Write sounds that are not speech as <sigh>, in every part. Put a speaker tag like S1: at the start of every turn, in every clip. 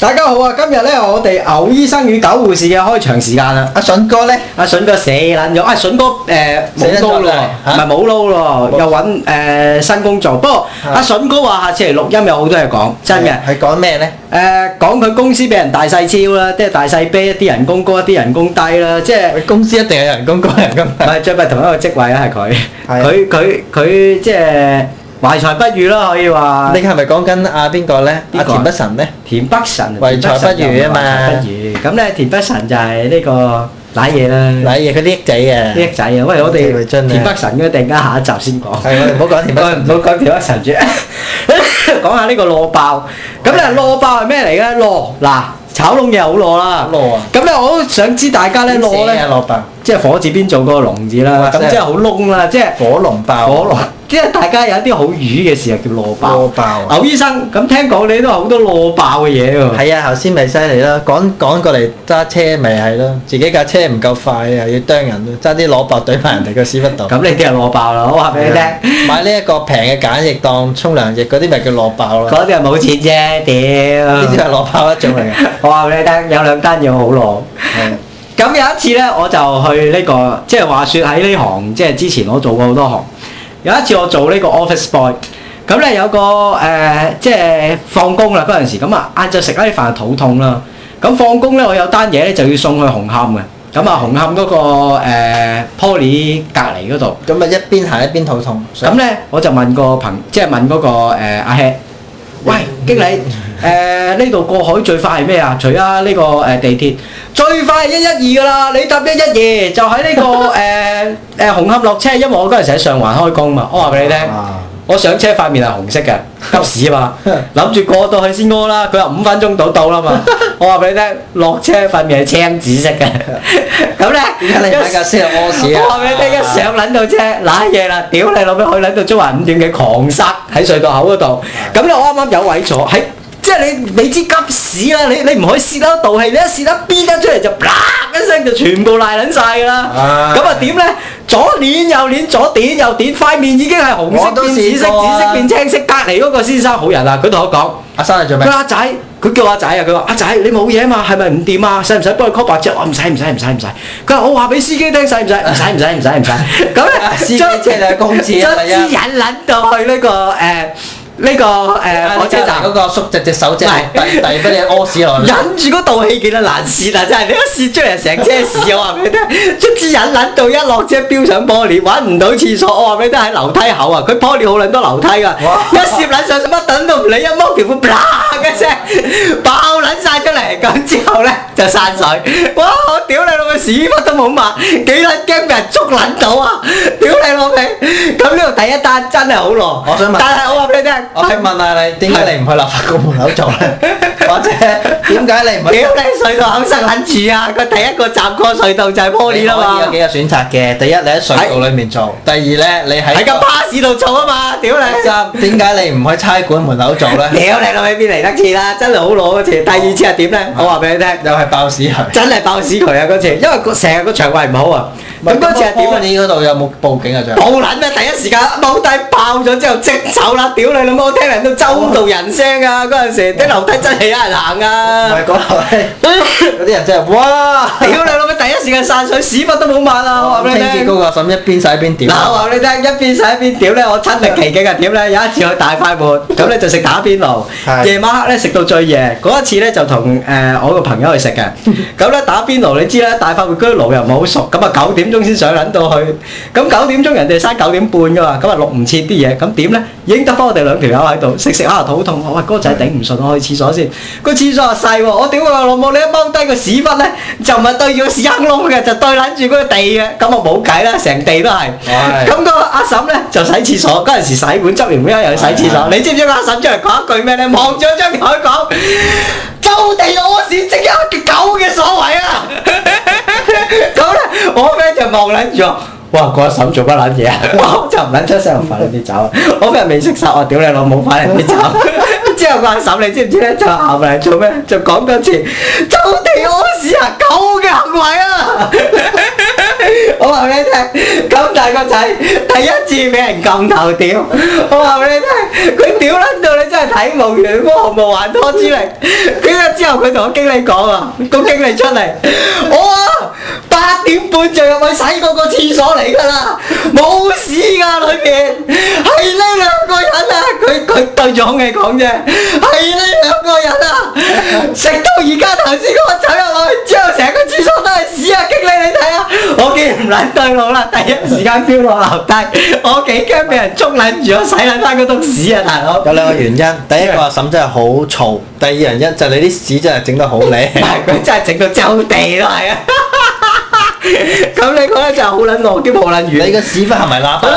S1: 大家好啊！今日咧，我哋牛醫生與狗護士嘅開場時間啦。
S2: 阿筍哥咧，
S1: 阿筍哥死撚咗，阿啊筍哥誒冇撈咯，唔係冇撈咯，又揾誒新工作。不過阿筍哥話下次嚟錄音有好多嘢講，真嘅。
S2: 係講咩咧？
S1: 誒講佢公司俾人大細超啦，即係大細啤，一啲人工高，一啲人工低啦，即係。
S2: 公司一定有人工高人工
S1: 唔係最唔係同一個職位啊，係佢，
S2: 係
S1: 佢佢佢即係懷才不遇啦，可以話
S2: 你。係咪講緊阿邊個咧？
S1: 邊
S2: 阿
S1: 個啊
S2: 田北辰咧？
S1: 田北辰
S2: 懷才不遇啊嘛
S1: 田北辰就唔係懷才不遇咁咧，田北辰就係呢個賴嘢啦，
S2: 嗱嘢佢啲益仔啊！
S1: 叻仔啊！喂，我
S2: 真
S1: 哋
S2: 係真啊
S1: 田北辰嘅，突然間下一集先講。
S2: 係我哋唔好
S1: <laughs>
S2: 講田北
S1: 喂唔好講田北辰住， <laughs> 講下呢個螺爆。咁咧，螺爆係咩嚟嘅咧？螺嗱，炒窿嘢好螺啦。
S2: 螺啊！
S1: 咁咧，我都想知大家咧螺
S2: 寫
S1: 咧
S2: 啊，蘿蔔
S1: 即係火字邊做嗰個龍字啦
S2: 哇。
S1: 咁
S2: 真係
S1: 即係好窿啦，即係。
S2: 火龍爆
S1: 火螺，即係大家有啲好魚嘅時候叫螺爆。
S2: 螺爆啊
S1: 牛醫生，咁聽講你都有好多螺爆嘅嘢喎。
S2: 係啊！頭先咪犀利咯，趕趕過嚟揸車咪係咯，自己架車唔夠快又要啄人咯，爭啲攞白懟埋人哋個屎忽度。
S1: 咁你啲係螺爆啦，我話俾你
S2: 啊
S1: 聽，
S2: 買呢一個平嘅簡易當沖涼液嗰啲咪叫攞爆咯，
S1: 嗰啲係冇錢啫，
S2: 呢啲
S1: 屌！
S2: 係攞爆一種嚟嘅。
S1: <laughs> 我話俾你聽，有兩單嘢好攞。
S2: 係
S1: 咁有一次咧，我就去呢、個，即係話説喺呢行，即係之前我做過好多行。有一次我做呢個 office boy，咁咧有個誒、呃即係放工啦嗰陣時，咁啊晏晝食咗啲飯肚痛啦，咁放工咧我有單嘢咧就要送去紅磡嘅，咁啊紅磡嗰、個、呃、Poly 隔離嗰度，
S2: 咁啊一邊行一邊肚痛。
S1: 咁咧我就問個朋，即係問嗰、個、呃、阿 head，喂經理，誒呢度過海最快係咩啊？除啊呢個誒、呃地鐵最快係一一二噶啦，你搭一一二就喺呢、個誒
S2: <laughs>
S1: 誒、呃呃紅磡落車，因為我嗰陣時喺上環開工嘛，我話俾你聽。
S2: 啊
S1: 我上車塊面係紅色嘅，急屎
S2: <laughs>
S1: 啊嘛，諗住過到去先屙啦。佢話五分鐘到到啦嘛，
S2: <laughs>
S1: 我話俾你聽，落車塊面係青紫色嘅。咁咧，
S2: 而家你買架車去屙屎啊
S1: 我話俾你聽，一上撚到車，揦嘢啦，屌你老味，去撚到中環五段嘅狂塞喺隧道口嗰度。咁咧，我啱啱有位坐，喺即係你你知急屎啦，你你唔可以泄得一道氣，你一泄得邊得出嚟就啪一聲就全部賴撚晒㗎啦。
S2: 啊
S1: 咁啊點咧？左捻右捻，左點右點，塊面已經係紅色
S2: 我都
S1: 變紫色，
S2: 試過啊
S1: 紫色變青色。隔離嗰個先生好人啊，佢同我講。
S2: 阿生你做咩
S1: 佢？阿仔，佢叫我阿仔啊！佢話：阿仔，你冇嘢啊嘛，係咪唔掂啊？使唔使幫佢 call 白車？我唔使唔使唔使唔使。佢話：我話俾司機聽，使唔使？唔使唔使唔使唔使。
S2: <laughs>
S1: 咁咧，
S2: 司機車就係公廁啊
S1: 卒之
S2: 係啊
S1: 引撚到去呢個誒呢個
S2: 啊
S1: 誒火車站
S2: 嗰。個叔隻隻手隻
S1: 唔
S2: 遞
S1: 係
S2: 遞俾你屙屎落去
S1: 忍。住嗰道氣幾得難泄啊！真係你一泄出嚟成車屎，我話俾你聽，卒之忍撚到一落車飆上玻璃，揾唔到廁所，我話俾你聽喺樓梯口啊！佢玻璃好撚多樓梯噶，一攝撚上乜等都唔理，一剝條褲，啪嘅聲爆撚晒出嚟，咁之後咧就散水。哇！我屌你老味屎忽都冇抹，幾撚驚俾人捉撚到啊！屌你老味，咁呢度第一單真係好耐。
S2: 我想問
S1: 但係我話俾你聽，
S2: 我想問下你，點解你唔去立法局門口做
S1: <laughs>
S2: 咧？或者點解你唔去
S1: 屌？你隧道口塞撚住啊！佢第一個站過隧道就係 Poly 啦
S2: 你可以有幾
S1: 嘛，
S2: 個選擇嘅。第一，你喺隧道裡面做；第二咧，你喺
S1: 喺架巴士度做啊嘛，屌
S2: 第
S1: 你！
S2: 三，點解你唔去差館門口做咧？
S1: 屌你老味邊嚟得切啦，真係好攞嗰次。第二次係點咧？我話俾你聽，
S2: 又係爆屎渠。
S1: 真係爆屎渠啊嗰次，因為個成日個腸胃唔好啊。咁嗰次係點
S2: 啊？
S1: 咧？
S2: 你嗰度有冇報警啊？仲有
S1: 冇撚咩？第一時間踎低爆咗之後即走啦！屌你老母，我聽人都周到人聲啊！嗰陣時啲樓梯真係有人行
S2: 唔
S1: 啊！
S2: 係嗰度咧，嗰啲人真係哇！
S1: <laughs> 屌你老味，第一時間散水屎忽都冇抹啊！我話俾
S2: 清
S1: 你聽
S2: 潔。嗰個嬸一邊洗一邊點。
S1: 嗱，我話你聽，一邊洗一邊屌咧，我親歷其境係點咧？有一次去大快活，咁咧就食打邊爐，
S2: 係
S1: 夜晚黑咧食到最夜。嗰一次咧就同誒、呃我個朋友去食嘅，咁咧打邊爐你知啦，大快活嗰啲爐又唔係好熟，咁啊九點鐘先上撚到去，咁九點鐘人哋閂九點半噶嘛，咁啊錄唔切啲嘢，咁點咧？已經得翻我哋兩條友喺度食食下肚痛，我話哥仔頂唔順，我去廁所先。個廁所又細喎，我屌佢老母，你一踎低個屎忽咧，就唔係對住個屎坑窿嘅，就對撚住嗰個地嘅，咁我冇計啦，成地都係。
S2: 唉
S1: 咁個阿嬸咧就洗廁所，嗰陣時洗碗執完碗又去洗廁所。你知唔知個阿嬸出嚟講一句咩咧？望咗張台講，就地屙屎即一隻狗嘅所為啊！ <laughs> 咁咧，我 friend 就望撚住我。哇！個阿嬸做乜撚嘢啊？ <laughs> 我就唔撚出聲，我快啲走啊！我 friend 未識殺我，屌你老母，快啲走！ <laughs> 之後個阿嬸你知唔知咧？就行嚟做咩？就講多次，就地屙屎啊！狗嘅行為啊！我話俾你聽，咁大個仔第一次俾人撳頭屌，我話俾你聽，佢屌撚到你真係睇無完膚，毫無還拖之力。跟住之後佢同我經理講啊，個經理出嚟，我啊八點半就入去洗嗰個廁所嚟㗎啦，冇屎㗎裏邊，係呢兩個人啊，佢佢對住空氣講啫，係呢兩個人啊，食到而家頭先嗰個走入去之後，成個廁所都係屎啊！經理你睇下，我竟然唔撚對路啦，第一時間飆落樓梯，我幾驚俾人捉撚住，我洗撚翻嗰篤屎啊，大佬！
S2: 有兩個原因，第一個阿嬸真係好嘈，第二原因就係你啲屎真係整得好靚。
S1: 唔 <laughs> 係佢真係整到周地都係啊！ <laughs> 咁你覺得就好撚落啲好撚
S2: 你
S1: 遠。
S2: 個屎忽係咪喇叭？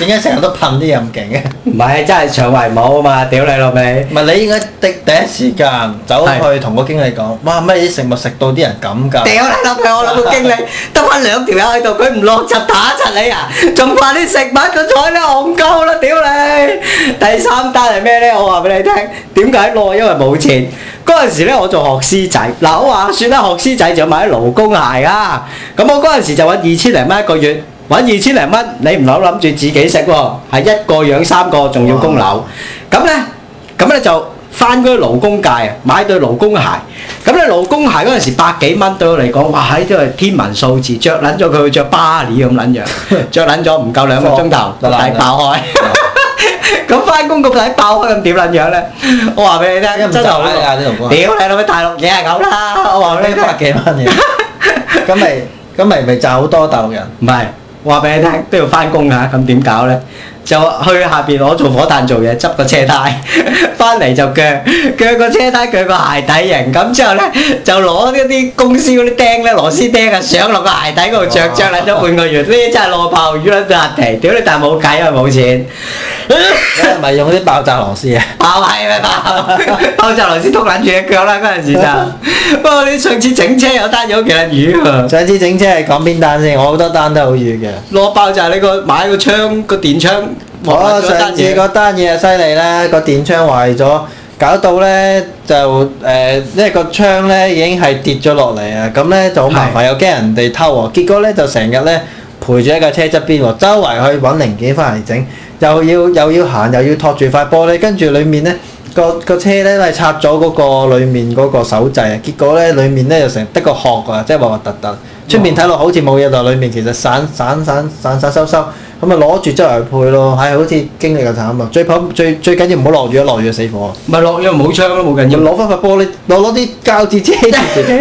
S2: 點解成日都噴啲咁勁嘅？
S1: 唔係，真係長圍帽啊嘛！屌你老味！
S2: 唔係你應該第第一時間走去同個經理講，哇乜啲食物食到啲人咁㗎？
S1: 屌你老味！我老母經理得翻兩條友喺度，佢唔落閘打柒你啊！仲快啲食物個彩咧戇鳩啦！屌你！第三單係咩咧？我話俾你聽，點解攞？因為冇錢。嗰陣時咧，我做學師仔，嗱我話算啦，學師仔就買啲勞工鞋啊。咁我嗰陣時就揾二千零蚊一個月，揾二千零蚊，你唔好諗住自己食喎，係一個養三個，仲要供樓。咁咧。咁咧就翻嗰啲勞工界啊，買對勞工鞋。咁咧勞工鞋嗰陣時百幾蚊對我嚟講，哇！喺都係天文數字，着撚咗佢會着巴厘咁撚
S2: <laughs>
S1: 樣，着撚咗唔夠兩個鐘頭，個底爆開。 <laughs> 咁翻工個底爆開咁點撚樣咧？我話俾你聽，真係好
S2: 唔就拉啊啲勞工
S1: 屌
S2: 鞋
S1: 你老味大陸嘢係咁啦！我話俾你
S2: 呢
S1: 聽
S2: 百。幾蚊嘅，咁咪咁咪咪賺好多大陸人。
S1: 唔係，話俾你聽都要翻工㗎，咁點搞咧？就去下邊攞做火炭做嘢，執個車 <laughs> 胎，翻嚟就鋸鋸個車胎，鋸個鞋底型，咁之後咧就攞嗰啲公司嗰啲釘咧，螺絲釘啊，上落個鞋底嗰度着，
S2: 哇
S1: 着撚咗半個月，呢啲真係落炮魚撚到壓皮，屌你！但係冇計啊，冇 <laughs> 錢。
S2: 你係咪用嗰啲爆炸螺絲啊？
S1: 爆係咪爆？爆炸螺絲通撚住一腳啦，嗰陣時就。不過你上次整車有單嘢好幾撚魚喎。
S2: 上次整車係講邊單先？我好多單都好遠嘅。
S1: 攞爆就係你個買個槍個電槍，
S2: 我
S1: 望甩咗
S2: 哦上
S1: 單
S2: 次
S1: 嘢
S2: 嗰單嘢犀利啦，個電槍壞咗，搞到咧就誒，呃因為個槍咧已經係跌咗落嚟啊，咁咧就好麻煩，又驚人哋偷喎，結果咧就成日咧陪住喺架車側邊喎，周圍去揾零件翻嚟整，又要又要行，又要托住塊玻璃，跟住裡面咧。個個車咧，因為插咗嗰個裡面嗰個手掣啊，結果咧裡面咧就成得個殼啊，即係核核突突。出面睇落好似冇嘢，但係裡面其實散散散散散收收，咁啊攞住周圍配咯，係好似經歷個慘啊！最慘最最緊要唔好落雨啊，落雨就死火啊！
S1: 咪落咗冇槍咯，冇緊
S2: 要
S1: 要。
S2: 攞翻塊玻璃，攞攞啲膠紙遮住自己，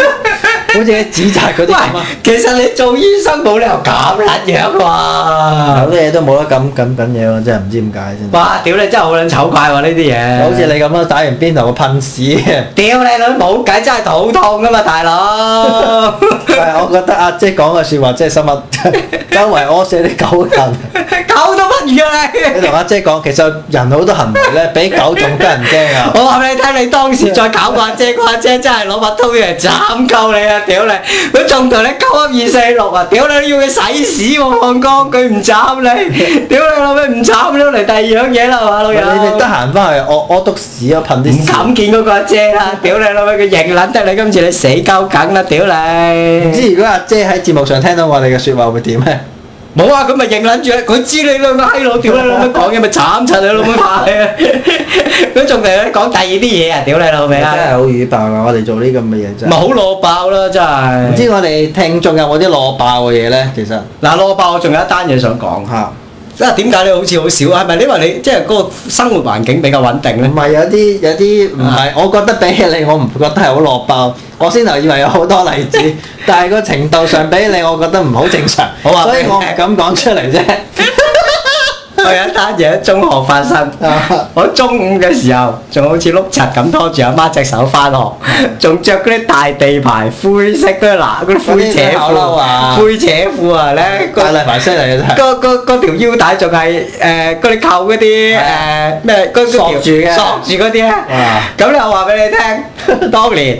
S2: 好似啲紙紮嗰啲咁啊！
S1: <laughs> 喂，其實你做醫生冇理由咁撚樣
S2: 好 <laughs>
S1: 啩？
S2: 多嘢都冇得啊咁咁緊嘢喎，真係唔知點解先。
S1: 哇！屌你真係好撚醜怪喎呢啲嘢。
S2: 好似你咁啊，打完邊頭個噴屎嘅。
S1: 屌你老母冇計，真係肚痛噶嘛，大
S2: <laughs>
S1: 佬。
S2: 但係我覺得阿姐講嘅説話真係深刻， <laughs> 周圍屙死啲狗人。
S1: 狗都不如啊
S2: 你
S1: 你。
S2: 同阿姐講，其實人好多行為咧，比狗仲得人
S1: <laughs>
S2: 驚啊！
S1: 我話俾你聽，你當時再搞個阿姐，個阿姐真係攞把刀嚟斬鳩你啊！屌你，佢仲同你鳩噏二四六啊！屌你，要佢洗屎喎放工，佢唔斬你，屌你老味唔斬你嚟第二樣嘢啦，係嘛老
S2: 你
S1: 友？
S2: 哋得閒翻去屙屙督屎啊，噴啲
S1: 唔
S2: 屎。
S1: 敢見嗰個阿姐啦！屌你老味，佢認撚得你，今次你死鳩梗啦！屌
S2: 唔
S1: 你！
S2: 知如果阿姐喺節目上聽到我哋嘅説話會點咧？
S1: 冇啊！佢咪認撚住，佢知你兩個閪佬，屌你老味講嘢咪慘柒你老母怕
S2: <laughs>
S1: 你啊！佢仲同你講第二啲嘢啊！屌你老味
S2: 真
S1: 啊！
S2: 係好語爆啊！我哋做呢咁嘅嘢真
S1: 咪
S2: 係。
S1: 好攞爆啦，真係
S2: 唔。知我哋聽眾有冇啲攞爆嘅嘢咧？其實
S1: 嗱，蘿蔔我仲有一單嘢想講，
S2: 嚇，
S1: 即係點解你好似好少？係咪因為你即係嗰個生活環境比較穩定咧
S2: <laughs> 唔？係有啲有啲唔係，我覺得比起你，我唔覺得係好攞爆。我先頭以為有好多例
S1: <laughs>
S2: 子，但係個程度上比你，我覺得唔好正常。
S1: 好啊
S2: 所以我唔敢講出
S1: <laughs>
S2: 嚟啫。
S1: 我有一單嘢喺中學發生
S2: 啊，
S1: 我中午嘅時候仲好似碌柒咁拖住阿媽隻手翻學，仲着嗰啲大地牌灰色嗰啲嗱嗰啲灰扯
S2: 嗰啲校褸
S1: 褲，
S2: 啊
S1: 灰扯褲啊咧，個
S2: 大例牌犀利啊！真係
S1: 嗰嗰嗰條腰帶仲係誒嗰啲扣嗰啲誒
S2: 係啊
S1: 咩嗰嗰條
S2: 索住嘅
S1: 索住嗰啲咧
S2: 哇。
S1: 咁咧我話俾 <laughs> 你聽，當年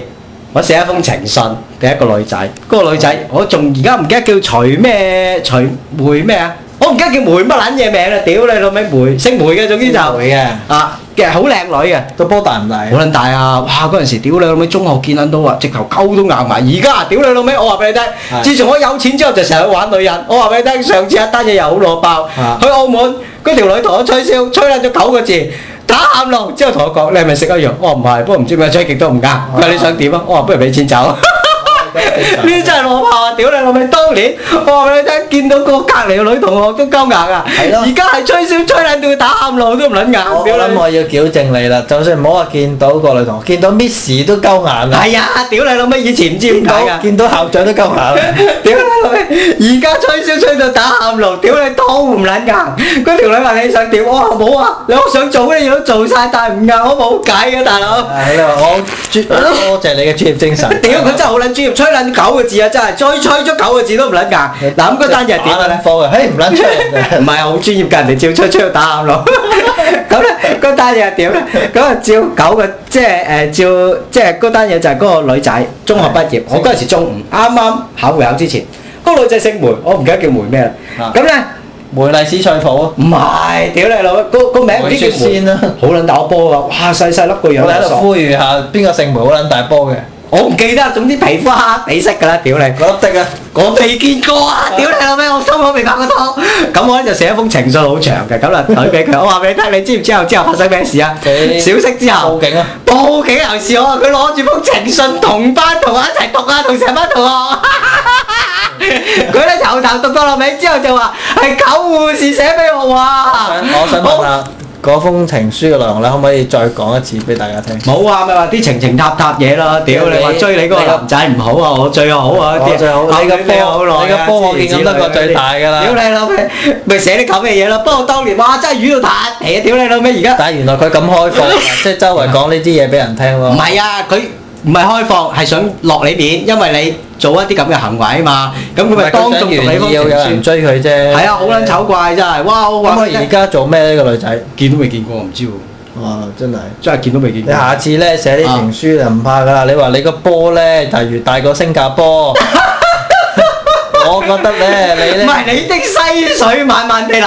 S1: 我寫一封情信俾一個女仔，嗰、個女仔我仲而家唔記得叫徐咩徐梅咩啊，我唔記得叫梅乜撚嘢名啦，屌你老味梅，姓梅嘅總之就
S2: 會嘅。
S1: 啊嘅好靚女嘅。
S2: 個波大唔大
S1: <laughs>
S2: 啊？
S1: 好撚大啊！哇！嗰陣時屌你老味，中學見撚到啊，直頭溝都硬埋。而家屌你老味，我話俾你聽，
S2: 係
S1: 自從我有錢之後就成日去玩女人。我話俾你聽，上次一單嘢又好攞爆
S2: 啊，
S1: 去澳門嗰條女同我吹簫，吹撚咗九個字。打喊路之後同我講：你係咪食咗藥？我話唔係，不過唔知點解吹極都唔啱。佢話你想點啊？我話不如俾錢 <laughs> 走。呢啲真係落炮啊！屌你老味，當年我話俾你聽，見到個隔離嘅女同學都鳩硬啊！
S2: 係咯
S1: 而家係吹簫吹撚到佢打喊路都唔撚硬，
S2: 我我
S1: 屌你
S2: 諗！我要矯正你啦，就算唔好話見到個女同學，見到 Miss 都鳩眼啦，
S1: 係啊！屌你老味，以前唔知點
S2: 見
S1: 解
S2: 到
S1: 㗎。
S2: 見到校長都鳩眼啦，
S1: 屌你老味！而家吹簫吹到打喊路，屌你都唔撚硬。嗰條女話你想點？我話冇啊，你我想做嘅嘢都做晒，但係唔硬，我冇計嘅大佬。
S2: 啊你話我專多謝你嘅專業
S1: <laughs>
S2: 精神。
S1: 屌佢真係好撚專業，吹撚九個字啊！真係，再吹咗九個字都唔撚硬。嗱咁嗰單嘢係點嘅咧
S2: 打撚？科嘅，嘿唔
S1: <laughs>
S2: 撚出嚟
S1: 唔係好專業㗎，人哋照吹吹到打喊路。 <laughs> 咁咧嗰單嘢係點咧？咁啊照九個，即係誒照即係嗰單嘢就係嗰個女仔中學畢業，我嗰陣時中五，啱啱考會考之前，嗰個女仔姓梅，我唔記得叫梅咩啦
S2: 啊。
S1: 咁咧
S2: 梅麗史翠普啊！
S1: 唔係，屌你老，個個名唔知叫梅
S2: 梅雪仙啦
S1: 好撚打波㗎，哇細細粒個樣
S2: 我
S1: 又
S2: 哋喺度
S1: 傻，
S2: 呼籲下，邊個姓梅好撚大波嘅？
S1: 我唔記得，總之皮膚黑黑地色㗎啦，屌你！
S2: 嗰粒的啊！
S1: 我未見過啊！屌你老味，我心口未拍過拖。咁我咧就寫一封情信好長嘅，咁啦舉俾佢。我話俾你聽，你知唔知後之後發生咩事啊？
S2: 你
S1: 小息之後
S2: 報警啊！
S1: 報警又是我，佢攞住封情信同班同學一齊讀啊，同成班同學。佢咧由頭讀到落尾之後就話係狗護士寫俾我啊！
S2: 我想問下嗰封情書嘅內容咧，可唔可以再講一次俾大家聽？
S1: 冇啊，咪話啲情情塔塔嘢咯，屌你
S2: 你
S1: 話追你嗰個男仔唔好啊，我最好啊，
S2: 我
S1: 啲
S2: 最好
S1: 後
S2: 你個
S1: 面俾我好耐啊
S2: 你個波我見咁多個最大㗎啦
S1: 屌你老味，咪寫啲咁嘅嘢咯。不過當年哇真係魚到彈皮啊，屌你老味，而家
S2: 但係原來佢咁開放，啊
S1: <laughs>
S2: 即係周圍講呢啲嘢俾人
S1: 唔
S2: 聽咯。
S1: 係啊，佢唔係開放，係想落你面，因為你做一啲咁嘅行為啊嘛，咁佢咪當眾讀你封
S2: 要有
S1: 情
S2: 人
S1: 書。
S2: 追佢啫。
S1: 係啊，好撚醜怪真係，哇！我
S2: 咁
S1: 話
S2: 佢而家做咩呢個女仔？
S1: 見都未見過，我唔知喎，
S2: 哇！真係〜
S1: 真係見都未見
S2: 你下次咧寫啲情書就唔怕噶啦，你話你個波咧就越大過新加坡，
S1: <laughs>
S2: 我覺得咧你咧
S1: 唔係你的西水慢慢
S2: <laughs>
S1: 地流，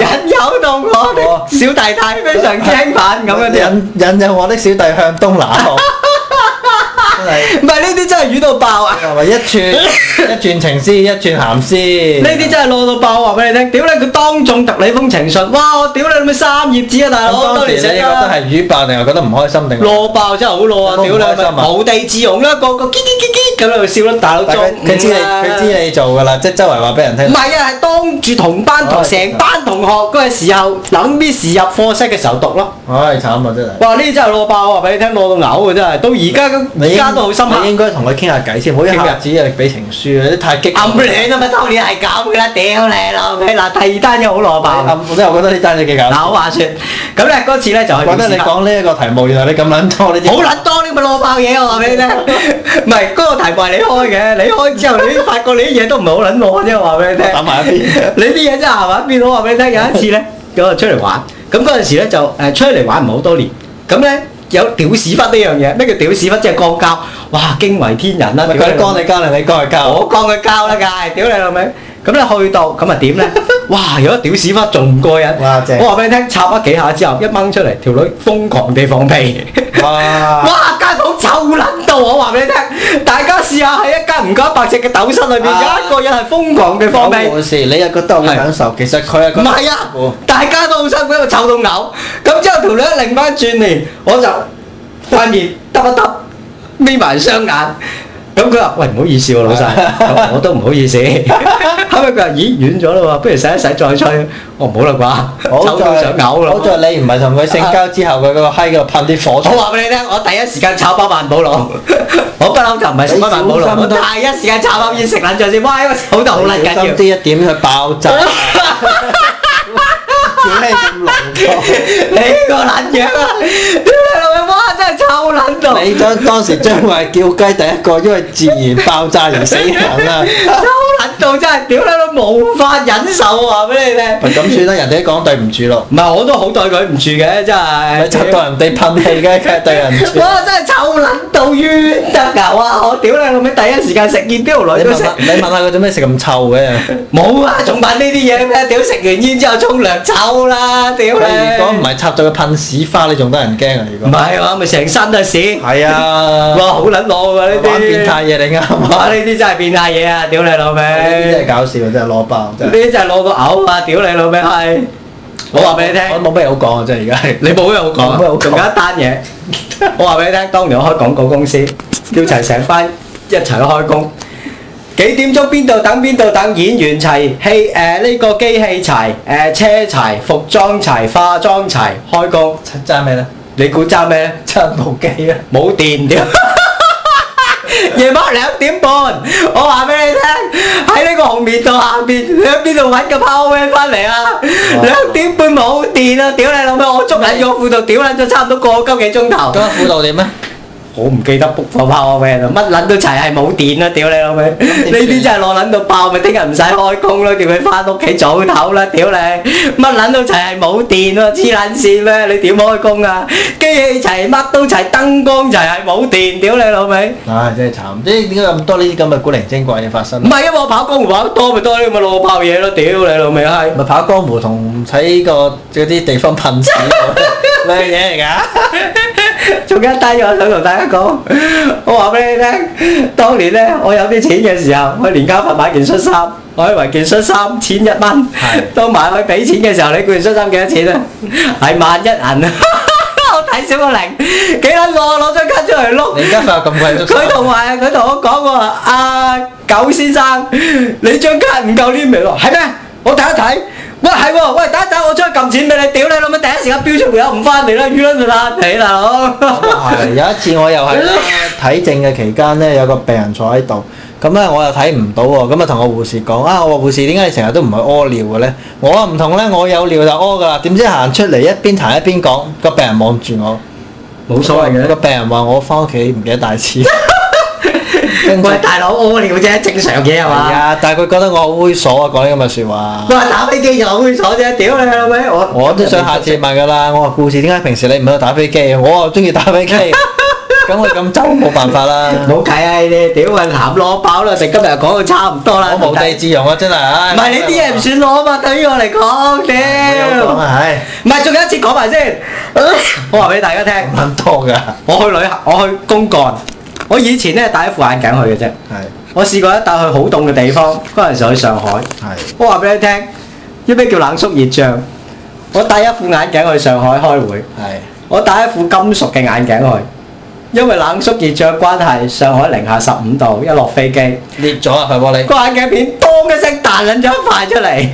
S1: 引誘到我的
S2: 哦
S1: 小弟弟非常之興奮咁樣啲
S2: <laughs>
S1: 人。
S2: 引引引我的小弟向東
S1: <laughs>
S2: 南航，真係
S1: 唔係呢啲真係瘀到爆啊！
S2: 係咪一
S1: <laughs>
S2: 串一串情詩一串鹹詩？
S1: 呢啲真係攞到爆，我話俾你聽，屌你佢當眾讀你封情信，哇！我屌你咪三頁紙啊，大佬，
S2: 咁
S1: 當
S2: 當時
S1: 年
S2: 你覺
S1: 寫
S2: 得
S1: 啦。
S2: 係魚爆定係覺得唔開心定？
S1: 攞爆真係好攞啊！
S2: 有冇
S1: 屌
S2: 唔
S1: 你
S2: 開心
S1: 咪
S2: 啊
S1: 無地自容啦，個個嘰嘰嘰嘰咁喺度笑啦，大佬
S2: 但
S1: 裝
S2: 佢佢知你佢知你做噶啦，即係周圍話俾人聽
S1: 啊唔。係啊，係當住同班
S2: 哦
S1: 同成班同學嗰個時候，諗 miss 入課室嘅時候讀咯。
S2: 唉，慘啊真係！
S1: 哇！呢啲真係攞爆，我話俾你聽，攞到嘔啊！真係，到而家咁，
S2: 你
S1: 而
S2: 應
S1: 家都好深刻。
S2: 你應該同佢傾下偈先，唔好一下子啊俾情書啊，你太激。
S1: 暗戀啊嘛，當年係咁嘅啦，屌你老味！嗱，第二單嘢好攞爆。
S2: 暗，即係我覺得呢單嘢幾搞
S1: 嗱，啊
S2: 笑
S1: 我。話説，咁咧嗰次咧就去
S2: 覺
S1: 表
S2: 得
S1: 示
S2: 你
S1: 啦。
S2: 講呢一個題目，原來你咁撚多呢啲。
S1: 好撚多呢個攞爆嘢，我話俾你聽。唔係嗰個題目係你開嘅，你開之後你都發覺你啲嘢都唔係好撚攞啫，我話俾你聽。
S2: 打埋一邊。
S1: <laughs> 你啲嘢真係係嘛？變到我話俾你聽，有一
S2: <laughs>
S1: 次咧，我就出嚟玩，咁嗰陣時咧就誒出嚟玩唔係好多年，咁咧有屌屎忽呢樣嘢，咩叫屌屎忽？即係肛交，哇驚為天人啦！
S2: 咪
S1: 屌
S2: 佢
S1: 你
S2: 幹你交定你幹佢交？
S1: 我講佢交啦，梗係屌你老味！咁你去到咁啊
S2: <laughs>
S1: 點咧？哇！有一屌屎忽仲唔過癮
S2: 哇正！
S1: 我話俾你聽，插咗幾下之後，一掹出嚟，條女瘋狂地放屁。
S2: <laughs> 哇！
S1: 哇！間房臭撚到，我話俾你聽，大家試下喺一間唔夠一百尺嘅斗室裏面，
S2: 啊
S1: 有一個人係瘋狂地放屁。
S2: 有回事，你又覺得好享受，其實佢又覺得
S1: 唔係啊
S2: 辛苦，
S1: 大家都好辛苦，喺度臭到嘔。咁之後條女一擰翻轉嚟，我就塊面耷一耷，眯埋雙眼。咁佢話：喂，唔好意思喎，老細，
S2: <laughs>
S1: 我我都唔好意思。後尾佢話：咦，遠咗啦喎，不如洗一洗再吹。我唔好啦啩，
S2: 好
S1: 臭到
S2: 在
S1: 想嘔啦。
S2: 好在你唔係同佢性交之後，佢嗰個閪嗰度噴啲火
S1: 我
S2: 出嚟。
S1: 話俾你聽，我第一時間炒包萬寶龍，我不嬲就唔係食開萬寶龍，我
S2: 你小心啲
S1: 第一時間炒包煙食撚咗先。哇，因為手度好撚緊
S2: 小
S1: 要
S2: 心。啲一點佢爆
S1: <laughs>
S2: 炸。屌你咁濃
S1: 你個撚樣啊！屌你老味，哇！真係臭撚到
S2: 湯！。你當當時將會係叫雞第一個，因為自然爆炸而死
S1: <laughs>
S2: 人啦。
S1: 收撚到真係，屌你老母，無法忍受我話俾你聽。
S2: 咪咁算啦，人哋都講對唔住咯，
S1: <laughs> 唔係，我都好對佢唔住嘅，真
S2: 咪
S1: 係。 <laughs>
S2: 就到人哋噴氣嘅，梗係對人唔住。
S1: 哇！真係臭撚到臭冤得㗎！哇！我屌你老味，第一時間食煙邊條女
S2: 你
S1: 都
S2: 問
S1: 食
S2: 下，你問下佢做咩食
S1: <laughs>
S2: 咁臭嘅？
S1: 冇啊！仲問呢啲嘢咩？屌食完煙之後沖涼臭啦！屌
S2: 如果唔
S1: 你！
S2: 係插咗佢噴屎花，你仲得人驚啊！如
S1: 唔
S2: 果
S1: 係啊，咪成身都係屎！
S2: 係啊，
S1: 哇！好撚攞喎呢啲，
S2: 玩變態嘢 <laughs> 你啱啊！
S1: 哇！呢啲真係變態嘢啊！屌你老味！
S2: 呢啲真係搞笑，真係攞爆真
S1: 呢
S2: 係。
S1: 啲真係攞個嘔啊！屌你老味係！我話俾你聽。
S2: 我冇咩好講啊！真係而家係。
S1: 你冇咩好講啊
S2: 冇咩好講
S1: 仲有一單嘢，我話俾你聽，當年我開廣告公司，叫齊成班一齊去開工。幾點鐘邊度等邊度等演員齊戲誒呢個機器齊誒、車齊服裝齊化妝齊開工，
S2: 爭咩咧？ <laughs>
S1: 你估爭咩咧？
S2: 爭部機啊！
S1: 冇電屌！ <laughs> 夜晚兩點半，我話俾你聽，喺呢個紅棉道下邊，你喺邊度揾個 power bank 翻嚟啊？兩點半冇電啊！屌你老味，我捉撚咗褲度，屌撚咗差唔多個鳩幾鐘頭
S2: 咁。啊輔導點咧？
S1: 我唔記得 book 個 power bank 啦，乜撚都齊係冇電啦！屌你老味，呢啲真係攞撚到爆，咪聽日唔使開工咯，叫佢翻屋企早唞啦！屌你，乜撚都齊係冇電喎，黐撚線咩？你點開工啊？機器齊，乜都齊，燈光齊係冇電，屌你老味！
S2: 唉，真係慘！即係點解咁多呢啲咁嘅古靈精怪嘢發生啊
S1: 唔？係因為我跑江湖跑得多咪多啲咁嘅老炮嘢咯，屌你老味閪！
S2: 咪跑江湖同睇個嗰啲地方噴屎咩嘢嚟㗎？
S1: 仲有一單嘢我想同大家講，我話俾你聽，當年咧我有啲錢嘅時候，我去連家佛買件恤衫，我以為件恤衫千一蚊
S2: 係，
S1: 當埋去俾錢嘅時候，你估件恤衫幾多錢啊？係萬一 <laughs> 銀啊！我睇少個零，幾撚我攞張卡出嚟碌。
S2: <laughs> 你而家發覺咁貴都
S1: 佢同埋佢同我講喎，阿、九先生，你張卡唔夠 limit 喎，係咩？我睇一睇。喂，係喎，喂，等一等，我將佢撳錢俾你，屌你老母！第一時間標出條友唔翻嚟啦，淤撚到爛皮啦，佬。
S2: 哦係有一次我又係啦睇症嘅期間咧，有個病人坐喺度，咁咧我又睇唔到喎，咁啊同個護士講啊，我話護士點解你成日都唔去屙尿嘅咧？我話唔同咧，我有尿就屙噶啦。點知行出嚟一邊行一邊講，個病人望住我，
S1: 冇
S2: 個病人話我翻屋企唔記得帶錢， <laughs> 跟住
S1: 喂，大佬屙尿啫，正常嘢係
S2: 係
S1: 嘛？
S2: 啊，但係佢覺得我好猥瑣啊，講啲咁嘅説話
S1: 我。話打飛機就好猥瑣啫，屌你老味！我
S2: 我都想下次問㗎啦。我話故事點解平時你唔喺度打飛機啊？我啊中意打飛機，咁我咁就 <laughs> 冇辦法啦。
S1: 冇計啊！你哋屌啊，鹹攞飽啦，成今日講到差唔多啦。
S2: 我無地自容啊，真係。唉
S1: 唔係你啲嘢唔算攞嘛？對於我嚟講，
S2: 冇講
S1: 屌。
S2: 啊，唉，
S1: 唔係，仲有一次講埋先。我話俾大家聽，
S2: 唔撚多㗎，
S1: 我去旅行，我去公幹。我以前咧戴一副眼鏡去嘅啫。
S2: 係
S1: 我試過一帶去好凍嘅地方，嗰陣時候去上海。
S2: 係
S1: 我話俾你聽，一咩叫冷縮熱脹？我戴一副眼鏡去上海開會，
S2: 係
S1: 我戴一副金屬嘅眼鏡去，因為冷縮熱脹關係，上海零下十五度，一落飛機。
S2: 裂咗啊塊玻璃，
S1: 個眼鏡片當一聲彈撚咗一塊出嚟，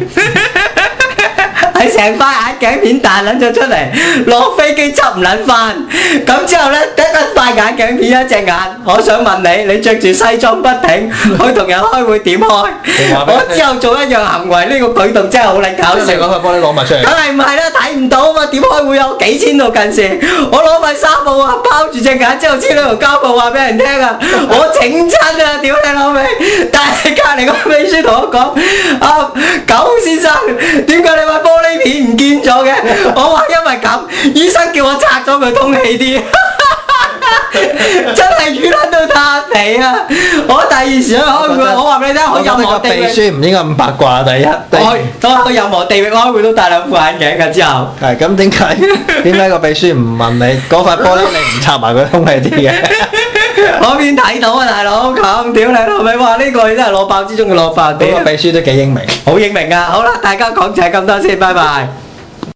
S1: 係成塊眼鏡片彈撚咗出嚟，落飛機執唔撚翻。咁之後呢，得一塊眼鏡片一隻眼。我想問你，你着住西裝筆挺去同人開會點開？
S2: 你話俾我
S1: 我
S2: 聽
S1: 之後做一樣行為，呢個舉動真係好撚搞
S2: 即係
S1: 笑。
S2: 嗰塊玻璃攞埋出嚟
S1: 梗。係唔係啦，睇唔到啊嘛，點開會有幾千度近視？我攞塊紗布啊，包住隻眼之後黐兩條膠布話俾人聽
S2: <laughs>
S1: 啊，我整親啊，屌你老味！但係隔離個秘書同我講：啊，九先生，點解你塊玻璃片唔見咗
S2: <laughs>
S1: 嘅？我話因為咁，醫生叫我拆咗佢通氣
S2: <laughs>
S1: 啲。真係淤撚到塌皮啊！我第二時去開會，我話俾你聽，我
S2: 覺
S1: 任
S2: 得
S1: 何
S2: 個
S1: 地
S2: 秘
S1: 域
S2: 書唔應該咁八卦，啊第一，第
S1: 我去
S2: 二
S1: 當去任何地域開會都戴兩副眼鏡㗎之後。
S2: 係咁點 <laughs> 解？點解個秘書唔問你嗰塊玻璃你唔插埋佢空氣啲嘅？ <laughs>
S1: 我邊睇到啊，大佬咁屌你老味，哇！呢、個真係攞爆之中嘅攞爆，
S2: 嗰個
S1: 屌
S2: 秘書都幾英明。
S1: 好英明啊！好啦，大家講就係咁多先，拜拜。